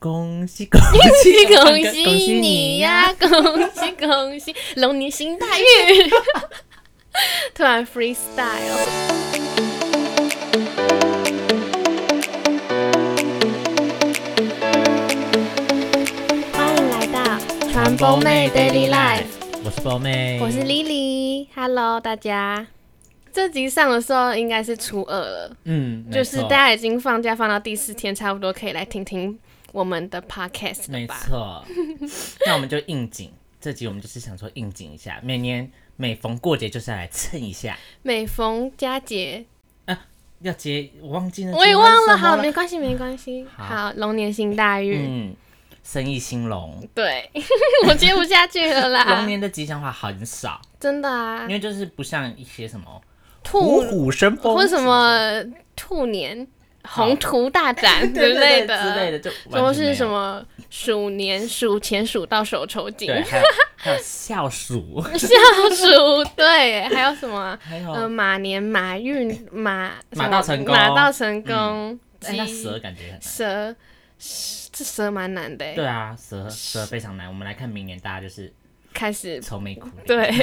恭喜恭喜 恭喜恭喜你你呀、呀！恭喜恭喜，龙年行大运！突然 freestyle，欢迎来到传播妹 Daily Life，我是波妹，我是 Lily，Hello 大家。这集上的时候应该是初二了，嗯，没就是错大家已经放假放到第四天，差不多可以来听听我们的 podcast 了没吧？错。 那我们就应景，这集我们就是想说应景一下，每年每逢过节就是要来蹭一下。啊每逢佳节，要接，我忘记了，我也忘了，好，了。没关系，没关系，好好，龙年行大运，嗯，生意兴隆，对 我接不下去了 龙啦，年的吉祥话很少，真的啊因，为就是不像一些什么兔虎生风嗯或什么兔年宏图大展 对之对类对之类的，的，就完说全没是有什么鼠年数钱数到手抽筋，对，还有还有孝鼠， 笑鼠，对，还有什么啊？还有呃，马年马运马哦马什么到成功马到成功，哎那鸡蛇感觉很难。蛇，这蛇蛮难的欸，对啊，蛇蛇非常难。我们来看明年大家就是开始愁眉苦脸，对，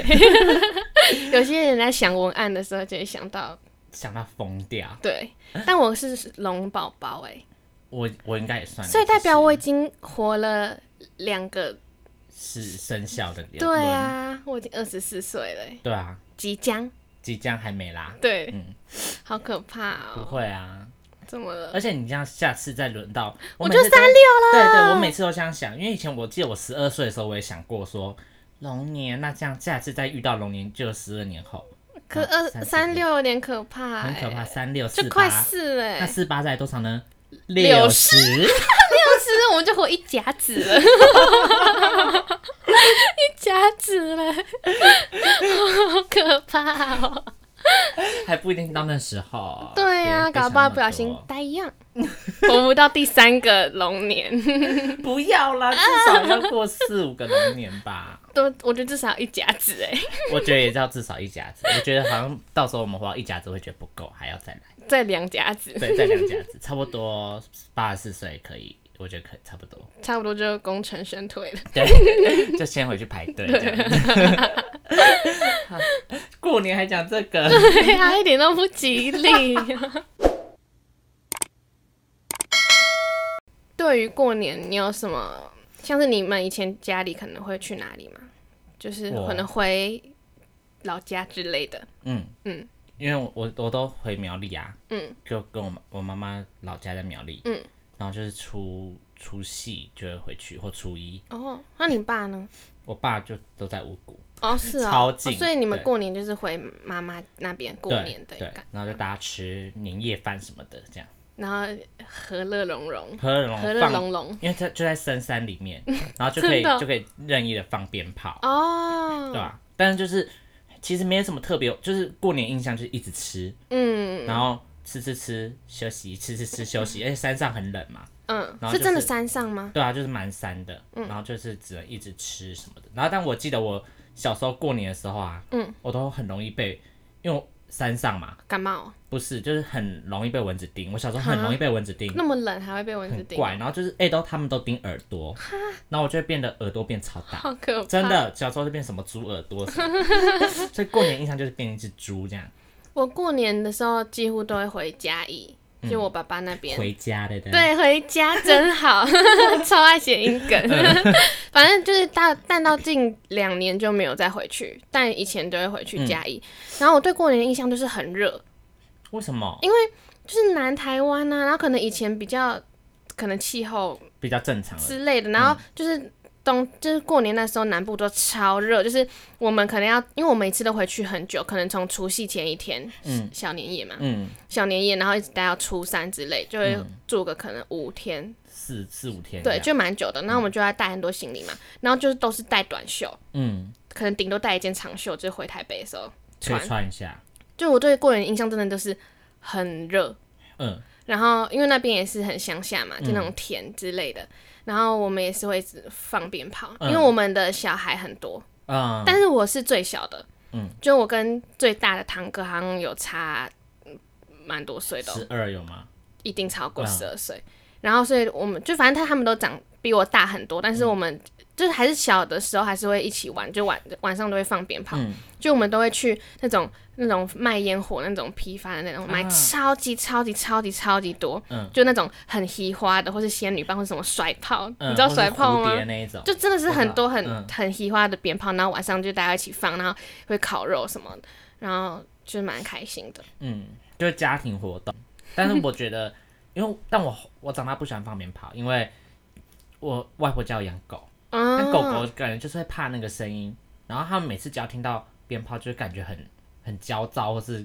有些人在想文案的时候就会想到 想到疯掉。对，但我是龙宝宝哎，我我应该也算了，所以代表我已就经活了两个是是生肖的。对，啊，我已经二十四岁了欸，对啊，即将即将还没啦。对，嗯好可怕不哦，会啊，怎么了？而且你这样下次再轮到我每就次都三六对了，对，我每次都这样想，因为以前我记得我十二岁的时候，我也想过说龙年，那这样下次再遇到龙年就十二年后，可二啊三十三六有点可怕，欸很可怕，，三六哎就四快八，四那哎，四八再多少呢？六十， 但是我们就活一甲子了， 一甲子了， 好可怕哦。还不一定到那时候。对呀、别搞不好不小心呆一 样，活不到第三个龙年， 不要啊啦，至少要过四五个龙年吧。 都我觉得至少一甲子哎，我觉得也是要至少一甲子，我觉得好像到时候我们花一甲子会觉得不够，还要再来，再两甲子，对，再两甲子， 差不多八十四岁可以，我觉得可以差不 多。差不多就功成身退 了。对，就先回去排队。这样 过年还讲这 个，对啊，一点都不吉利。 对于过年，你有什么？像是你们以前家里可能会去哪里吗？就是我可能回老家之类的。嗯嗯嗯，因为我我我都回苗栗啊，嗯，就跟我妈我妈妈老家在苗栗，嗯，然后就是初初戏就会回去，或初一，哦，那你爸呢？我爸就都在五谷，哦，是哦，超哦近所以你们对过年就是回妈妈那边过年的对一对个，，然后就大家吃年夜饭什么的，这样然后和乐融融，和龙和乐放，融融因为它就在深山里 面，然后就可以真的就可以任意的放鞭炮，对吧、哦，但是就是其实没有什么特别，就是过年印象就是一直吃，嗯然后吃吃吃，休息吃吃吃休息，而且山上很冷嘛，嗯，然后就是是真的山上吗？对啊，就是蛮山的，嗯然后就是只能一直吃什么的。然后但我记得我小时候过年的时候啊，嗯，我都很容易被，因为我山上嘛，感冒不是就是很容易被蚊子叮，我小时候很容易被蚊子叮。那么冷还会被蚊子嗯很叮，怪，然后就是哎、都他们都叮耳朵，然后我就会变得耳朵变超大，好可怕，真。的，小时候就变什么猪耳朵什么 的，所以过年印象就是变一只猪这样。我过年的时候几乎都会回嘉义，就我爸爸那边。嗯回家的人，对，回家真好， 超爱谐音嗯梗。 反正就是到，但到近两年就没有再回去，但以前都会回去嘉义。嗯然后我对过年的印象就是很热，为什么就是南台湾啊，然后可能以前比较可能气候比较正常了？之类的，然后就是冬就是过年那时候南部都超热，就是我们可能要，因为我每次都回去很久，可能从除夕前一天，嗯嗯，小年夜嘛，嗯，小年夜，然后一直待到初三之类，就会住个可能五天，四四五天这对，样，就蛮久的。然后我们就要带很多行李嘛，然后就是都是带短袖，嗯，可能顶多带一件长袖，就是回台北的时候可穿以。穿一下，就我对过年的印象真的就是很热，嗯，然后因为那边也是很乡下嘛，就那种田之类的。然后我们也是会一直放鞭炮，因嗯为我们的小孩很多，啊，但是我是最小的，嗯，就我跟最大的堂哥好像有差嗯蛮多岁的哦、十二有吗？一定超过嗯十二岁。然后所以我们就反正他他们都长比我大很多，但嗯是我们就是还是小的时候还是会一起玩，就晚晚上都会放鞭炮，嗯就我们都会去那种那种卖烟火那种批发的那种买啊超级超级超级超级多，嗯就那种很嘻花的，或是仙女棒或是什么甩炮，嗯，你知道或是甩炮蝴吗蝶？那一种，就真的是我知很道多很、嗯很喜欢的鞭炮，然后晚上就大家一起放，然后会烤肉什么的，然后就是蛮开心的。嗯，就是家庭活动。但是我觉得，因为但我我长大不喜欢放鞭炮，因为我外婆家有养狗，嗯，但狗狗感觉就是会怕那个声音，然后他们每次只要听到鞭炮，就感觉很很焦躁，或是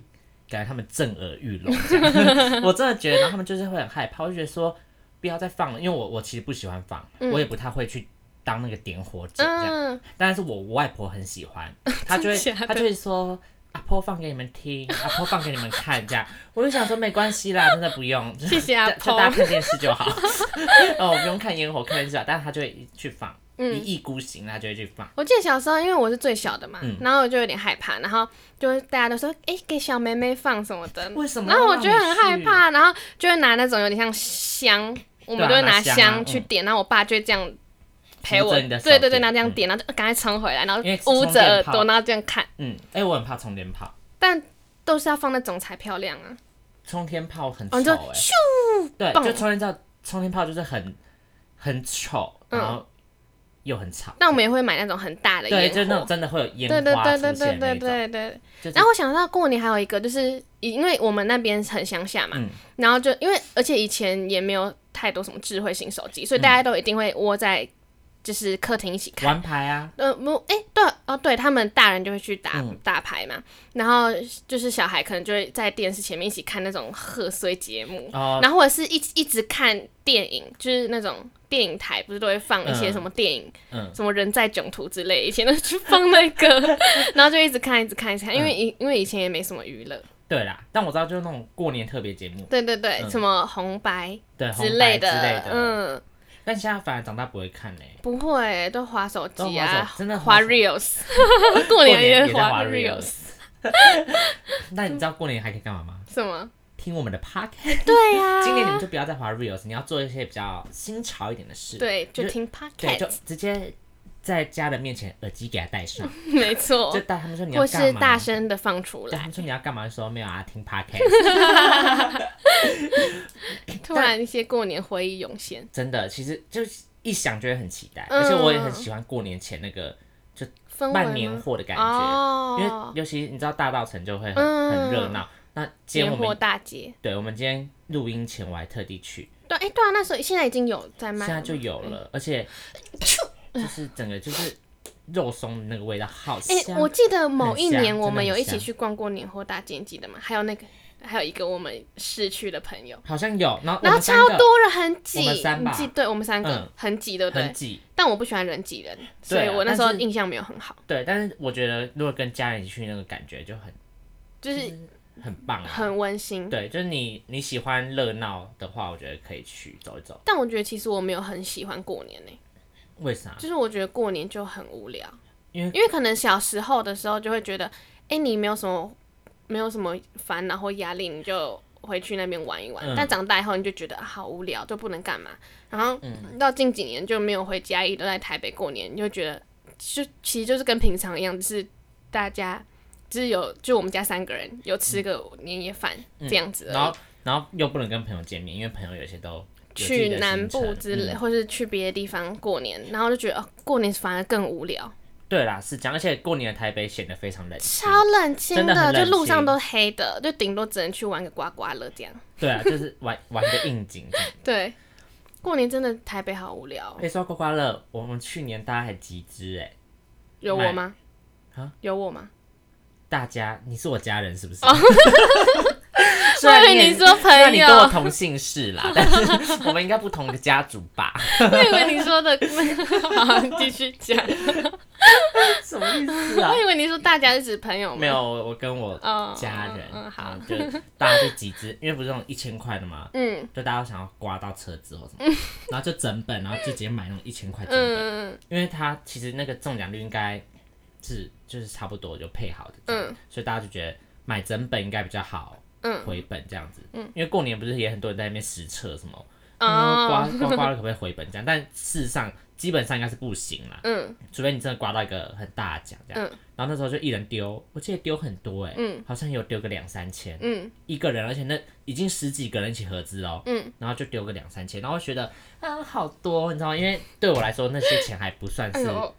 感觉他们震耳欲 聋这样。我真的觉得，然后他们就是会很害怕，我就觉得说不要再放了，因为我我其实不喜欢放，我也不太会去当那个点火者这样。嗯，但是我外婆很喜欢，她就会真假的她就会说阿婆放给你们听，阿婆放给你们看这样。我就想说没关系啦，真的不用，谢谢啊 阿就就婆大家看电视就 好。哦，我不用看烟火，看电视啊，但是她就会去放，一意孤行，她就会去放。我记得小时候，因为我是最小的嘛，嗯然后我就有点害怕，然后就大家都说，哎、给小妹妹放什么的，为 什么然要后嗯我让觉得你很害去怕，然后就会拿那种有点像香，我们对啊都会拿香啊香去嗯点，然后我爸就会这样陪扶我，着你的手对对对，点拿这样嗯点，然后就赶快冲回来，然后因为是捂充着电耳炮朵，然后这样看，嗯，哎、我很怕冲天炮，但都是要放那种才漂亮啊。冲天炮很丑哎哦，你、就咻，对，棒就冲天炮，冲天炮就是很很丑，然后又很吵。那我们也会买那种很大的对，嗯呃烟就是那种火。真的会有烟对对花对出对对现那对种，对对。就是然后我想到过年还有一个，就是因为我们那边很乡下嘛，嗯然后就因为而且以前也没有太多什么智慧型手机，所以大家都一定会窝在就是客厅一起看。玩牌啊，呃，不，哎、对哦，对他们大人就会去打、嗯打牌嘛，然后就是小孩可能就会在电视前面一起看那种贺岁节目，哦然后或者是一直一直看电影，就是那种电影台不是都会放一些嗯什么电影，嗯什么人在囧途之类，以前都去放那个， 然后就一直看，一直看，一直看，因为以、因为以前也没什么娱乐，对啦，但我知道就是那种过年特别节目，对对对，嗯什么红白对之红白类的，之类的，嗯，但现在反而长大不会看嘞、不会，都滑手机都滑啊手，真的滑滑手 reels，过年也也在滑滑 reels， 那你知道过年还可以干嘛吗？什么？听我们的啊 podcast。对呀、今年你们就不要再滑 reels，你要做一些比较新潮一点的事。对，就就听对，就 podcast，直接在家人面前耳机给他戴上， 没错就，带他们说你要或干是嘛，大声的放出对他来。们说你要干嘛，就说没有啊，听 podcast。突然一些过年回忆涌现，真的，其实就是一想就会很期待，嗯而且我也很喜欢过年前那个氛办围年吗？货的感觉，因为哦，尤其你知道大道城就会很、嗯很热闹。那今天年我货们大街。对，我们今天录音前我还特地去，对，哎，对啊，那时候现在已经有在卖现在了吗，就有嗯了，而且就是整个就是肉松的那个味道，好哎、香。我记得某很一香年我真的很们有一起香去逛过年货大街，你记得吗？还有那个，还有一个我们市区的朋友，好像有，然后我然后们超三个多人，很挤，我们三你吧记对，我们三个、嗯很挤，对不对很？挤，但我不喜欢人挤人，所对以啊我那但时候是印象没有很好，对。但是我觉得如果跟家人一起去，那个感觉就很就是很棒啊。很温馨。对，就是你你喜欢热闹的话，我觉得可以去走一走。但我觉得其实我没有很喜欢过年呢、为啥？就是我觉得过年就很无聊，啊因为可能小时候的时候就会觉得，哎、你没有什么没有什么烦恼或压力，你就回去那边玩一玩。嗯但长大以后你就觉得、啊好无聊，就不能干嘛。然后、嗯到近几年就没有回嘉义，都在台北过年，你就觉得就其实就是跟平常一样，就是大家。就是有，就我们家三个人有吃个嗯年夜饭、这样子而已，然后然后又不能跟朋友见面，因为朋友有些都有自己去的南行程部之类，嗯或是去别的地方过年，然后就觉得、哦、过年反而更无聊，对啦，是这样。而且过年的台北显得非常冷清。超冷清真的很冷就清路上都黑的，就顶多只能去玩个刮刮乐这样。对啊，就是玩玩个应景这样。对，过年真的台北好无聊哦、哎、说到刮刮乐，我们去年大家还集资哎、有我吗？啊，有我吗？大家你是我家人是不 是？虽哦我然以为也你说朋虽然你跟我友，同姓氏啦，但是我们应该不同个家族吧？ 我以为你 说的，好，继续讲。什么意思啊我？以为你说大家是指朋友吗， 没有，我我跟我哦，家人，嗯，好然，后就大家就集资，因为不是那种一千块的嘛，嗯就大家都想要刮到车子或什 么，然后就整本，然后就直接买那种一千块整本，嗯因为它其实那个中奖率应该是就是差不多就配好的，嗯，所以大家就觉得买整本应该比较好嗯回本这样子，嗯，因为过年不是也很多人在那边实测什么。嗯刮哦，刮刮了可不可以回本这样？但事实上基本上应该是不行啦，嗯除非你真的刮到一个很大的奖这样。嗯然后那时候就一人丢，我记得丢很多哎、嗯好像有丢个两三千，嗯，一个人，而且那已经十几个人一起合资哦，嗯，然后就丢个两三千，然后我觉得啊好多，你知道吗？因为对我来说那些钱还不算哎是、呦，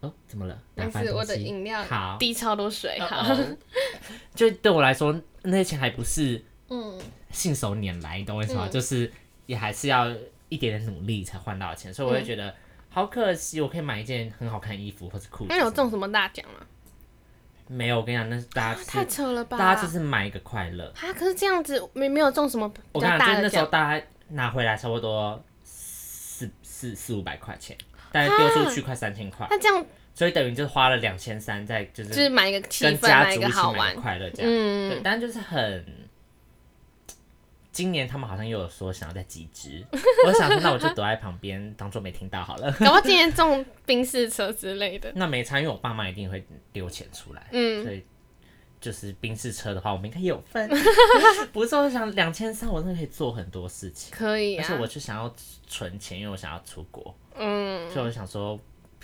哦，怎么了？但打翻是我的东西饮料好，滴超多水，好，哦 就对我来说那些钱还不是嗯信手拈来，你懂我意思吗？嗯就是也还是要一点点努力才换到的钱，所以我会觉得、好可惜，我可以买一件很好看的衣服或是裤子 那什有么的。中什么大奖吗？没有？我跟你讲，那是大家、就啊太是扯了吧！大家就是买一个快乐。啊，可是这样子没没有中什么比我较跟你讲，大就是那的时候奖，大家拿回来差不多四四四五百块钱，但是丢出去快三千块，那这样所以等于就花了两千三在就就是是买一个气跟氛，家买族一一个起好买玩的，快乐这样。对嗯，，但就是很，今年他们好像又有说想要再集资，我想 说那我就躲在旁边当做没听到好了。 搞不好今年中冰室车之类的，那没差，因为我爸妈一定会丢钱出来，嗯所以就是宾士车的话，我们应该也有 份。不是，我想两千三，我真的可以做很多事情。可以而且啊我，就想要存钱，因为我想要出国，嗯，所以我想说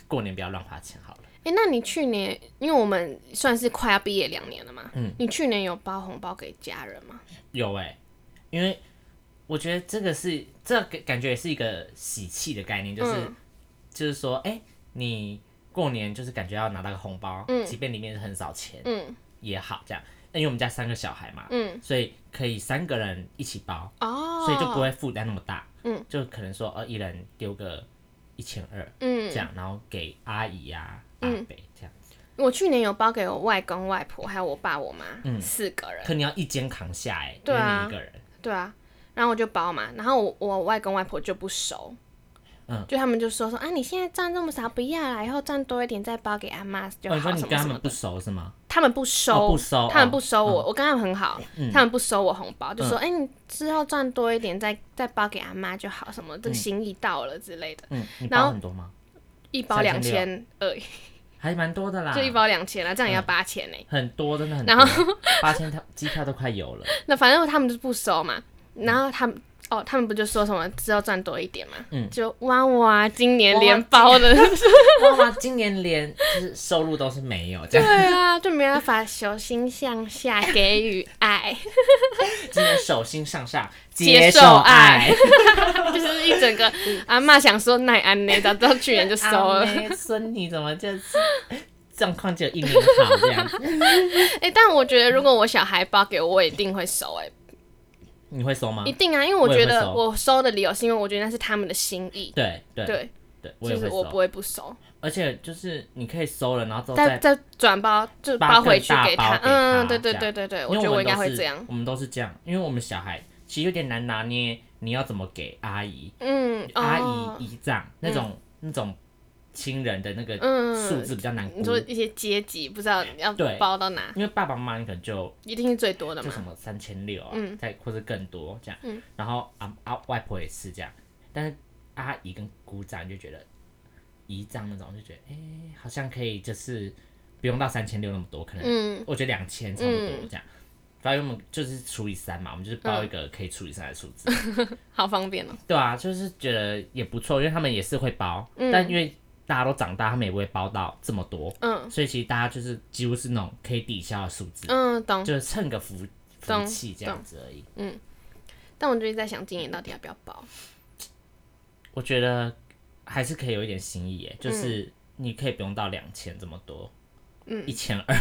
过年不要乱花钱好了。哎，那你去年，因为我们算是快要毕业两年了嘛，嗯，你去年有包红包给家人吗？有哎、因为我觉得这个是这个感觉也是一个喜气的概念，就是、嗯就是说，哎、你过年就是感觉要拿到个红包，嗯即便里面是很少钱嗯也好，这样。那因为我们家三个小孩嘛，嗯，所以可以三个人一起包，哦，所以就不会负担那么大。嗯，就可能说，呃，一人丢个一千二嗯这，样，然后给阿姨呀、啊、阿嗯伯这样。我去年有包给我外公外婆还有我爸我妈、嗯四个人，可你要一肩扛下哎、欸，对啊因为你一个人。对啊，然后我就包嘛，然后我我外公外婆就不熟，嗯就他们就说说啊，你现在赚这么少，不要啦，以后赚多一点再包给阿妈就哦，好，你说你什跟么他什们么不的。熟是吗？他们不收，嗯哦不收他哦们不收我，我跟他们很好，他们不收我红包，就说哎、你之后赚多一点再再包给阿妈就好，什么这个心意到了之类的，嗯，你然包后很多吗？一包两千啊二，还蛮多的啦，就一包两千啦，这样也要八千呢。欸很多，真的很多。然后 八千票机票都快有了，那反正他们就不收嘛，然后他们哦，他们不就说什么之后赚多一点嘛，嗯就哇哇，今年连包的， 哇哇，今年连就是收入都是没有，这对样啊，就没办法手心向下给予 爱，今年手心向下接受受爱， 就是一整个阿嬷想说奈安呢，早知道去年就收阿了，妹哎孙女怎么就是状况只有一年好这样 子？哎、但我觉得如果我小孩包给我，我一定会收、哎、你会收吗一？定啊，因为我嗯我也会觉得收我收的理由是因为我觉得那是他们的心意，对对对，对，我也就是会我不收，会不收，而且就是你可以收了，然后之后再再转包就包包更回去大给包他，给嗯，他对这对样对对对，我因为觉得我我们应该都会是这样，我们都是这样，因为我们小孩其实有点难拿捏，你要怎么给阿姨、嗯，阿哦姨姨丈那种、那种亲人的那个嗯数字比较难估你，说一些阶级不知道要对包到哪，因为爸爸妈妈你可能就一定是最多的就嘛。什么三千六啊，嗯再或者更多这样，嗯然后啊啊外婆也是这样，但是阿姨跟姑丈就觉得嗯姨丈那种就觉得哎、好像可以就是不用到三千六那么多，可能嗯我觉得两千差不多这样。反正我们就是除以三嘛，我们就是包一个可以除以三的数字，嗯好方便哦。对啊，就是觉得也不错，因为他们也是会包，但因为大家都长大，他们也不会包到这么多，嗯所以其实大家就是几乎是那种可以抵消的数字，嗯，懂。就是蹭个福福懂气这样子而已。但我最近在想，今年到底要不要包？我觉得还是可以有一点新意耶，嗯就是你可以不用到两千这么多，嗯，一千二，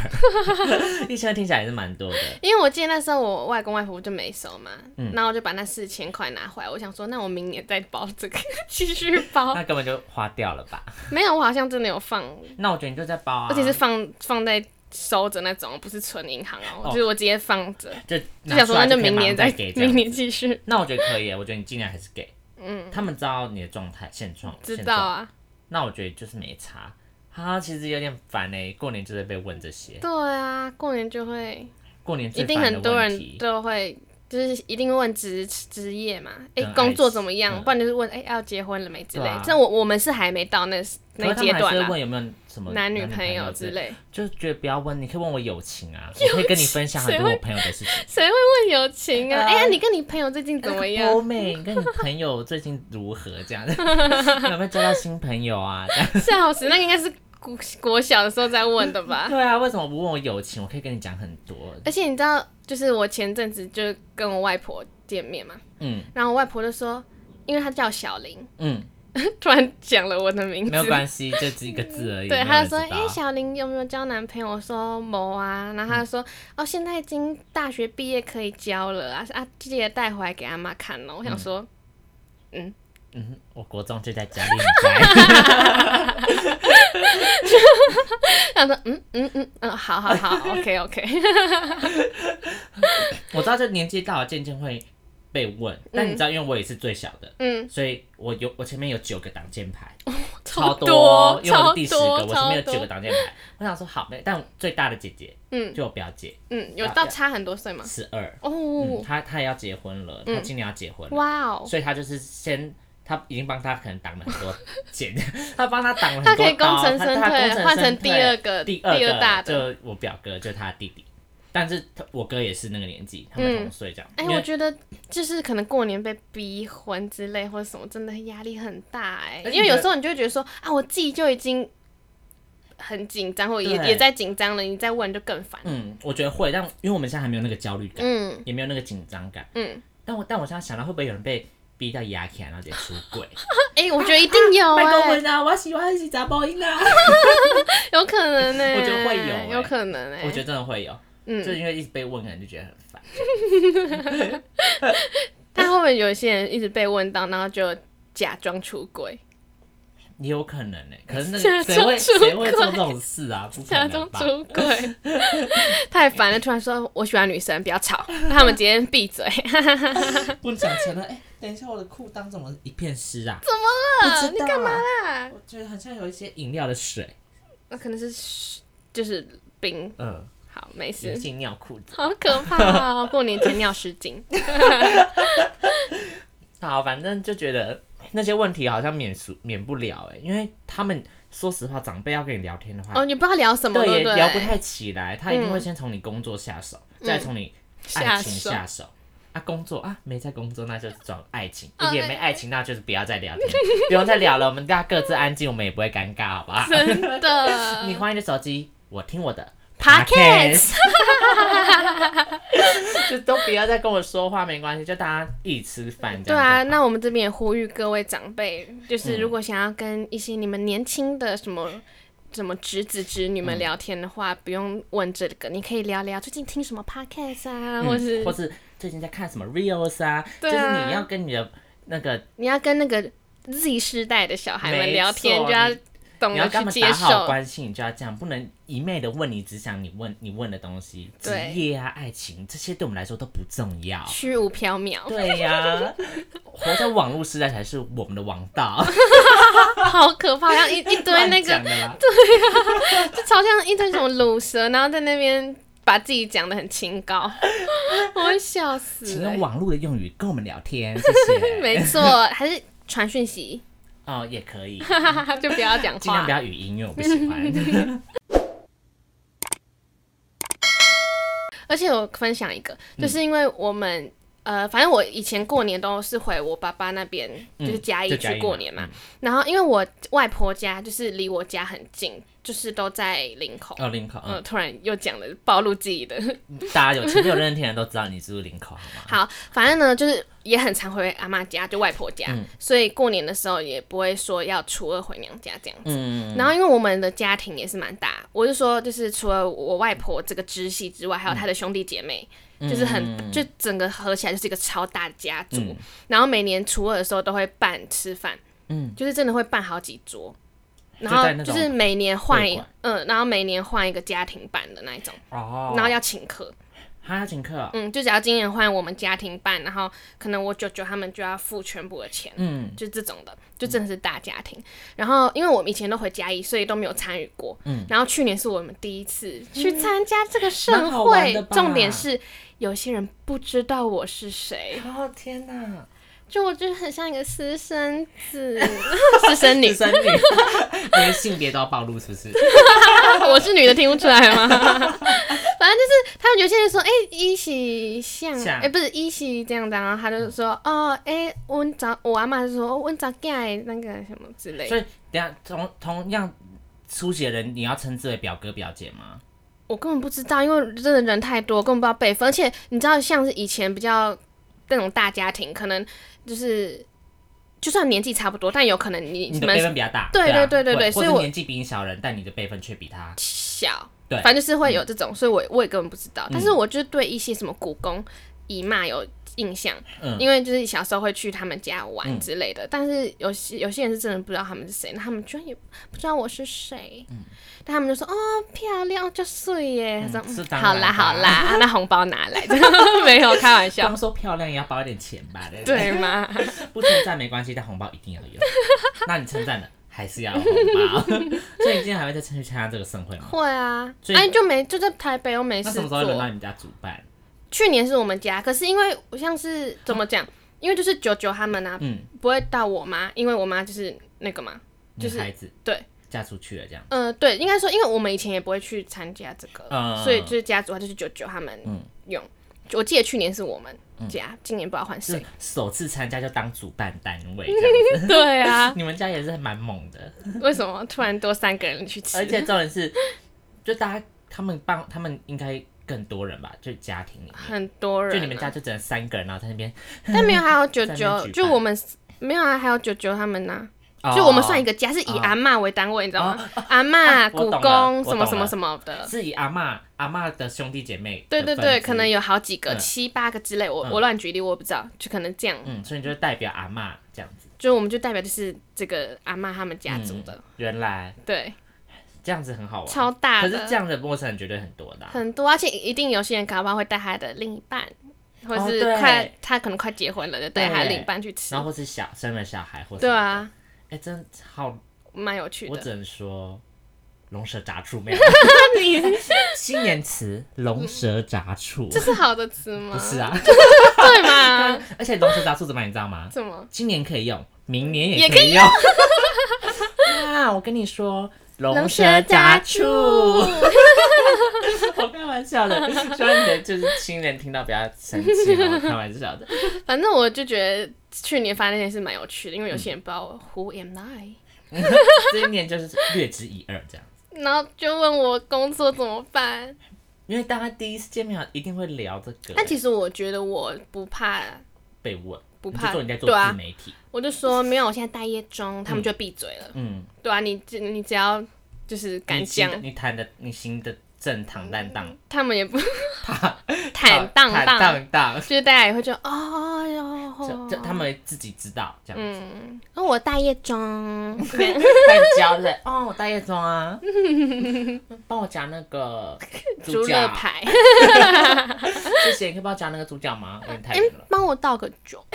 一千二听起来也是蛮多的，因为我记得那时候我外公外婆就没收嘛，嗯然后我就把那四千块拿回来，我想说，那我明年再包这个， 继续包。那根本就花掉了吧？没有，我好像真的有放，那我觉得你就在包啊，而且是放放在收着那种，不是存银行哦，哦就是我直接放着，就就拿想说出来那就可以明马上年再给这样明。年继续。那我觉得可以耶，我觉得你尽量还是给，嗯，他们知道你的状态现状，知现道状。啊，那我觉得就是没差。啊，其实有点烦哎，过年就是被问这些，对啊，过年就会过年一最定烦的很多问人题，都会就是一定问职职业嘛，哎、跟工作 IC 怎么样？嗯不然就是问哎、要结婚了没之类对啊。但我我们是还没到那那可是他们阶还段是啦会，问有没有什么男女女朋友友之类的，类，就是觉得不要问，你可以问我友情啊，我可以跟你分享很多我朋友的事情。谁会问友情啊？呃哎、呀，你跟你朋友最近怎么样？欧妹，你跟你朋友最近如何？ 这样子有没有交到新朋友啊？这样笑死，那个应该是国国小的时候在问的 吧？对啊，为什么不问我友情？我可以跟你讲很多。而且你知道，就是我前阵子就跟我外婆见面嘛，嗯然后我外婆就说，因为她叫小林， 嗯，突然讲了我的名字，没有关 系，就只一个字而已。对，没有他人就说：“知哎、道小林有没有交男朋友？”我说：“某啊。”然后他就说：“哦，现在已经大学毕业可以交了啊啊，记得带回来给阿妈看哦。”我想说，嗯，我国中就在家里 宅，他说：“嗯嗯嗯嗯，好好好，OK OK。我知道这年纪大了渐渐会被问，但你知道，因为我也是最小的”， 嗯，所以我有我前面有九个挡箭牌，超多，多，因为我超是第十个，多，我前面超有九个多。挡箭牌。我想说好，没，但最大的姐姐嗯就我表姐嗯，有到差很多岁吗？十二，啊嗯，哦，她她也要结婚了，她今年要结婚了，嗯哇哦，所以她就是先。她已经帮她可能挡了很多箭， 她帮她挡了他很可以多功刀，成她身她功退，成换身成第退二个第二二大的。就我表哥，就是他的弟弟，但是他我哥也是那个年纪，他们同岁这样。哎、因我为觉得就是可能过年被逼婚之类或者什么，真的压力很大哎、而且因为有你的时候你就会觉得说啊，我自己就已经很紧张，或也对也在紧张了，你再问就更烦。嗯，我觉得会，但因为我们现在还没有那个焦虑感，嗯也没有那个紧张感。嗯，但我但我现在想到，会不会有人被逼到牙起来，然后直接出轨？哎、我觉得一定 有麦公哎、文啊，我喜欢是杂包音啊！有可能哎、 我觉得会有哎有可能哎、 我觉得真的会有，就嗯，因为一直被问，可能就觉得很烦。但会不会有一些人一直被问到，然后就假装出轨，也有可能呢、可是那 个假装谁会出轨谁会做这种事啊？不可假能装吧？出轨， 太烦了！突然说我喜欢女生，不要 吵，让他们今天闭嘴。不想承认。哎、等一下，我的裤裆怎么一片湿啊？啊不知你道干嘛啦？我觉得很像有一些饮料的水，那可能是嘘就是冰，嗯，好没流事，进尿裤子。好可怕哦！过年前尿失禁，好，反正就觉得哎那些问题好像免俗免不了哎、欸，因为他们说实话，长辈要跟你聊天的话， 哦，你不知道聊什么，对对也不聊不对？太起来，他一定会先从你工作下手，再从你爱情下下手。啊，工作啊，没在工作，那就转爱情；哦一点没爱情，那就是不要再聊天，不用再聊了，我们大家各自安静，我们也不会尴尬，好不 好？真你的换一只手机，我听我的 Podcast 就都不要再跟我说话，没关系，就大家一起吃饭这对样。啊，，那我们这边也呼吁各位长辈，就是嗯如果想要跟一些你们年轻的什么。什么侄子侄女嗯们聊天的话，不用问这个，你可以聊聊最近听什么 podcast 啊，嗯或是或是最近在看什么 reels 啊，对就啊是你要跟你的那个你要跟那个 Z 世代的小孩们没聊天，错就要你懂你得要跟去他们接打好受。关系，你就要这样，不能一昧的问你只想你问你问的东西，职对。业啊、爱情这些对我们来说都不重要 虚无缥缈， 对呀、 活在网络时代才是我们的王道。好可怕！然 后一一堆那乱个讲的啦，就超像一堆什么卤蛇，然后在那边把自己讲的很 清高，我会笑死、请用欸。网络的用语跟我们聊天，谢谢。 没错，还是传 讯息，哦，也可以，就不要讲尽量话不。要语音，因为我不喜 欢。而且我分享一个，嗯就是因为我们、呃，反正我以前过年都是回我爸爸那边，就是嘉义嗯就嘉义去嘛过年嘛。然后因为我外婆家就是离我家很近，就是都在林口。哦，林口，呃，嗯，突然又讲了暴露自己的 大家有其实有认识的人都知道你住林口，好吗？好，反正呢，就是也很常回阿妈家，就外婆家，嗯所以过年的时候也不会说要初二回娘家这样子。嗯，然后，因为我们的家庭也是蛮大，我就说，就是除了我外婆这个支系之外，还有她的兄弟姐妹，就是很就整个合起来就是一个超大的家族。嗯然后每年初二的时候都会办吃饭，嗯，就是真的会办好几桌，然就在后那就种是每年换会一馆嗯，然后每年换一个家庭办的那一种，哦，然后要请客。哈要请客哦、嗯，就只要今年换我们家庭办，然后可能我舅舅他们就要付全部的钱，嗯，就这种的，就真的是大家庭。然后因为我们以前都回嘉义，所以都没有参与过。嗯，然后去年是我们第一次去参加这个蛮盛好玩会的，吧重点是有些人不知道我 是谁，哦天哪，就我就很像一个私生 子、私生女女， 生女，连性别都要暴露是不是？ 我是女的听不出 来吗？反正就是他们有些人说，哎、一起像，像嗯哎、不是一起这样的，啊然后他就说，哦，哎、我找我阿妈就说，我找 gay 那个什么之类的所以等一下同同样出血人，你要称之为表哥表姐吗？我根本不知道，因为真的人太多，根本不知道辈分。而且你知道，像是以前比较那种大家庭，可能就是就算年纪差不多，但有可能你你的辈们分比较大，对啊对对对对或所以者我年纪比你小人，但你的辈分却比他小，对嗯反正就是会有这种，所以我我也根本不知道。但是我就是对一些什么古公姨妈有印象，嗯因为就是小时候会去他们家玩之类的。但是有些有些人是真的不知道他们是谁，那他们居然也不知道我是谁，嗯但他们就说哦漂亮就睡耶，嗯这样是嗯当好然啦的啊好啦，啊那红包拿来， 没有开玩笑 光。说漂亮也要包一点钱吧？不，对吗？不称赞没关系，但红包一定要 有。那你称赞了，还是要有红包？所以你今天还会再去参加这个盛会吗？会啊，所以哎、就没就在台北又没那事什做么时。候轮到你们家主办？去年是我们家，可是因为我像是怎么讲，因为就是九九他们啊，嗯，不会到我妈，因为我妈就是那个嘛，就是女孩子对嫁出去了这样。呃，对，应该说，因为我们以前也不会去参加这个，嗯所以就是家族，就是九九他们嗯用。我记得去年是我们家，今年不知道换是谁。首次参加就当主办单 位这样子，对啊， 你们家也是蛮猛的，为什么突然多三个人去吃？而且重点是，就大家他们帮他们应该更多人吧，就家庭里面，很多人、啊就你们家，就只能三个人，然后在那边，但没有还有九在那边九，举就办我们没有啊，还有九九他们呢、啊哦就我们算一个，个家，是以哦阿嬷为单位，你知道吗？阿嬷、 我古懂了公我什么懂什么了什么的，是以阿嬷阿嬷的兄弟姐妹，对对对，可能有，有好几个，嗯七八个之类，我嗯我乱举例，我也不知道，就可能这样，嗯，所以你就是代表阿嬷这样子，嗯就我们就代表就是这个阿妈他们家族的，原来对，这样子很好玩，超大可的，是这样的陌生人绝对很多的啊、很多，而且一定有些人搞不好会带他的另一半，或哦是对哦快、他可能快结婚了，就带他对另一半去吃然，后或是小生了小孩或是对，啊，哎、真好，蛮有趣我的。只能说龙蛇杂处 没有。那你新年词“龙蛇杂处这”，是好的词吗？不是啊？嗯对吗？ 而且“龙蛇杂处”怎么样你知道吗？怎 么？今年可以用，明年也也可以 用。啊，我跟你说，“龙蛇杂处”， 我开玩笑的，希望你的就是亲人听到不要生气哦，我开玩笑的。 反正我就觉得去年发生那件事蛮有趣的，因为有些人不知道我 who am I，、今年就是略知一二这样。然后就问我工作怎么办。因为大家第一次见面啊一定会聊这个，但其实我觉得我不怕，被问，不你怕就说你在做对啊自媒体，我就说没有，我现在待业中，他们就闭嘴了。嗯，对啊，你只你只要就是敢你行的讲，你谈的，你行的正坦荡荡，他们 也不坦荡哦坦荡，荡荡，就是大家也会觉得哦哟，就就他们自己知道这样子，嗯，哦我待业中， 在教对 不对？哦，我大夜妆啊，帮我夹那个 猪猪肋脚，排，谢谢，你可以帮我夹那个猪脚 吗？有点太哎远了。帮我倒个酒，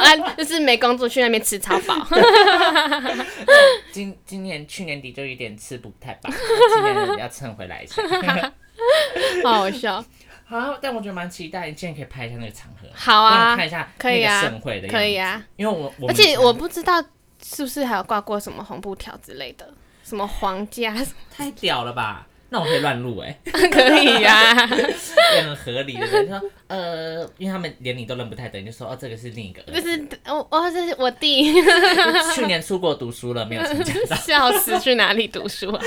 啊，就是没工作去那边吃超饱，今今年去年底就有点吃不太饱，今年要蹭回来一 下。 好好笑。好，但我觉得蛮期待，你今天可以拍一下那个场合，好啊让我看一下可以啊那个盛会的样子可以啊，因为我我而们且我不知道是不是还有挂过什么红布条之类的，什么皇家 太屌了吧？那我可以乱录 哎，可以啊呀、也很合理的。你说呃，因为他们连你都认不太得，你就说哦，这个是另 一个儿 就子。是我我这是我弟，去年出国读书了，没有 参加到笑死，去哪里读书 啊？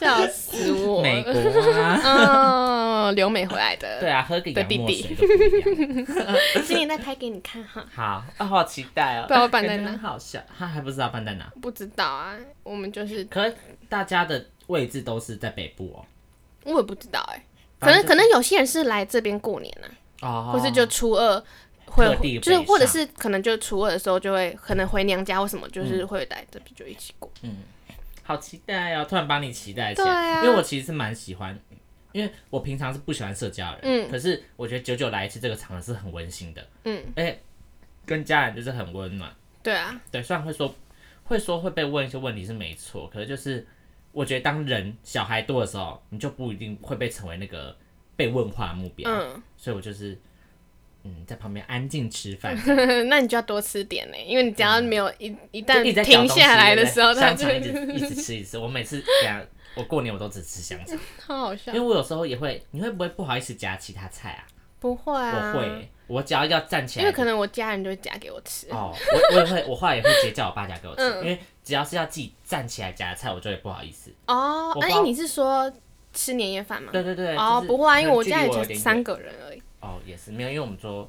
笑死我！美国啊。嗯、留美回来的，对啊，喝个的洋弟墨弟水都不 一样。今年再拍给你看哈。好，啊，好期待哦。不知道办在哪感觉很好笑，他还不知道办在哪。不知道啊，我们就是可是大家的位置都是在北部哦。我也不知道哎、可反能正可能有些人是来这边过年啊，哦，或是就初二会特地，就是北或者上是可能就初二的时候就会可能回娘家或什么，嗯就是会来这边就一起过。好期待哦，突然帮你期待起对来，啊因为我其实是蛮喜欢因为我平常是不喜欢社交的人，嗯，可是我觉得久久来一次这个场合是很温馨的，嗯，而且跟家人就是很温暖，对啊，对，虽然会说会说会被问一些问题是没错，可是就是我觉得当人小孩多的时候，你就不一定会被成为那个被问话的目标，嗯，所以我就是嗯在旁边安静吃饭，嗯 那你就要多吃点呢，因为你只要没有一、一旦嗯就一直在嚼停东西下来的时候，对不对它香就肠一直 一直吃一直吃，我每次等下我过年我都只吃香肠，好好笑因为。我有时候也会，你会不会不好意思夹其他菜啊？不会啊，我会，我只要要站起来，因为可能我家人就会夹给我吃。哦，我我也会，我后来也会直接叫我爸夹给我吃，嗯因为只要是要自己站起来夹的菜，我就会不好意思。哦我，哎、包你是说吃年夜饭吗？对对对，哦，就是不会啊，因为我可能家距离里我有才点三远。个人而已。哦，也是没有，因为我们说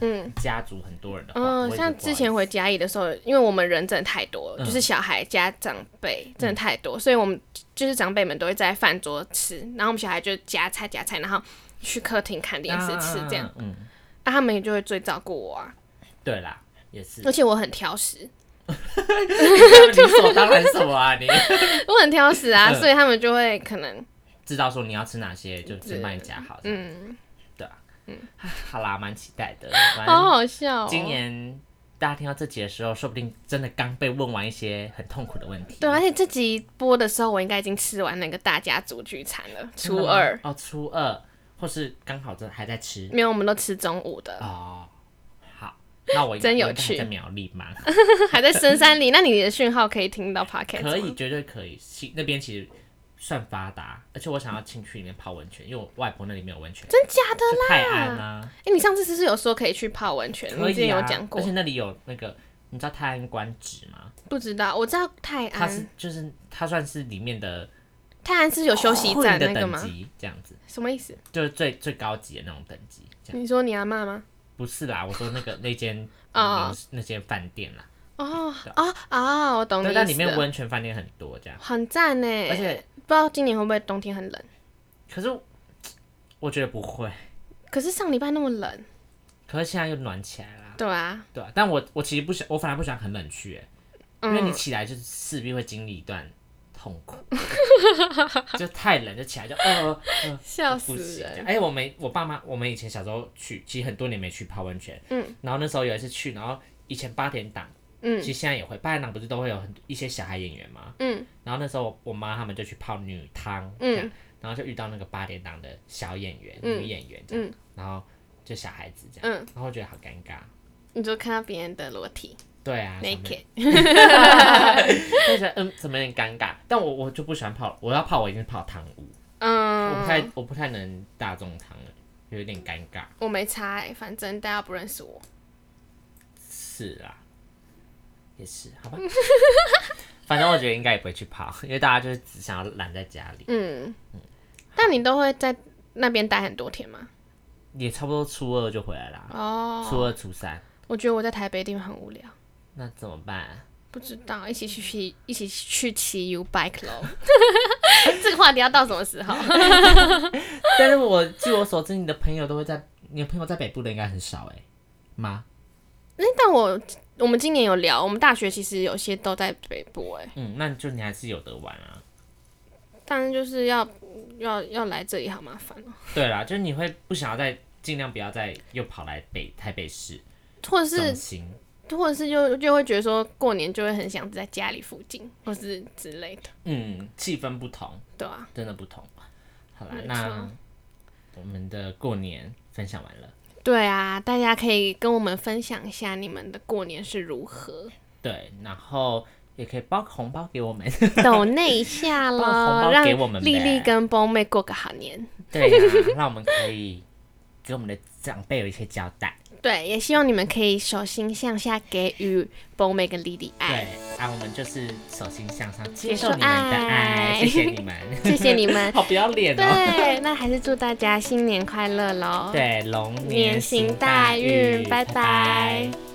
嗯家族很多人的话，我嗯，也像是不好之意前思嗯回嘉义的时候，因为我们人真的太多了，就是小孩加长辈真的太多，所以我们就是长辈们都会在饭桌吃，然后我们小孩就夹菜夹菜，然后去客厅看电视吃这样，啊，啊嗯，嗯他们也就会最照顾我啊，对啦，也 是而且我很挑食， 理所当然什么啊？你我很挑食啊，嗯所以他们就会可能知道说你要吃哪些，就先帮你夹好。嗯，嗯，对啊，嗯，好啦，蛮期待的。反好正好笑、哦，今年大家听到这集的时候，说不定真的刚被问完一些很痛苦的问题。对，而且这集播的时候，我应该已经吃完那个大家族聚餐了，真初的吗二。哦，初二，或是刚好这还在吃没有，我们都吃中午的，哦。好，那我应嗯真我有应该还趣在苗栗吗？还在深山里。那你的讯号可以听到 podcast 吗可以，绝对可以。其那边其实算发达，而且我想要进去里面泡温泉，因为我外婆那里没有温泉，真假的？就泰安啊，哎、你上次是不是有说可以去泡温泉？可你之前以有啊。讲过而且，那里有那个，你知道泰安官职吗？不知道。我知道泰它是安，就是它算是里面的哦泰安是有休息会站的那个等吗？级，这样子什么意思？就是最最高级的那种等级。这样你说你阿妈吗？不是啦，我说那个那间哦嗯那间饭店啦，哦哦哦，我懂你啊对，意但思里面了。温泉饭店很多这样。很赞呢，而且不知道今年会不会冬天很冷？可是我觉得不会，可是上礼拜那么冷，可是现在又暖起来啦，对啊，对啊，但我我其实不喜，我反而不喜欢很冷区，哎、嗯因为你起来就是势必会经历一段痛 苦，就太冷就起来就呃嗯笑不死行人。。哎、我们我爸妈，我们以前小时候去，其实很多年没去泡温泉，嗯，然后那时候有一次去，然后以前八点档。嗯，其实现在也会，八点档不是都会有很一些小孩演员吗？嗯，然后那时候我妈他们就去泡女汤，嗯，然后就遇到那个八点档的小演员、女演员这样，然后就小孩子这样，嗯然后我觉得好尴尬。你就看到别人的裸体对啊 naked，就觉得嗯，怎么有点尴尬？但我我就不喜欢泡，我要泡我一定是泡汤屋，嗯，我不太我不太能大众汤了，有点尴尬。我没猜、反正大家不认识我。是啦，啊也是，好吧。 反正我觉得应该也不会去泡， 因为大家就是只想要懒在家里，嗯，但你都会在那边待很多天吗？也差不多初二就回来啦，初哦，二初三，我觉得我在台北地方很无聊，那怎么办、 不知道一起去骑，一起去骑 U bike 喽。 这个话题要到什么 时候？但是我据我所知，你的朋友都会在，你的朋友在北部的应该很少哎、吗？哎、但我我们今年有聊，我们大学其实有些都在北部哎、嗯，那就你还是有得玩啊。但是就是要要要来这里好麻烦哦、对啦，就是你会不想要再尽量不要再又跑来北台北市或者中是心，或者是就就会觉得说过年就会很想在家里附近，或是之类的，嗯，气氛不同，对啊。真的不同。好啦没，错那我们的过年分享完了。对啊，大家可以跟我们分享一下你们的过年是如 何，对，然后也可以包个红包给我们。抖那一下把红喽，包让给我们呗丽丽跟崩妹过个好年。对呀、让我们可以给我们的长辈有一些交代。对，也希望你们可以手心向下给予崩妹跟丽丽爱，对，啊，我们就是手心向上，接接受受你们的爱爱，谢谢你们， 谢谢你们。好不要脸哦。对，那还是祝大家新年快乐喽。对，龙年年行行大大运运，拜拜拜拜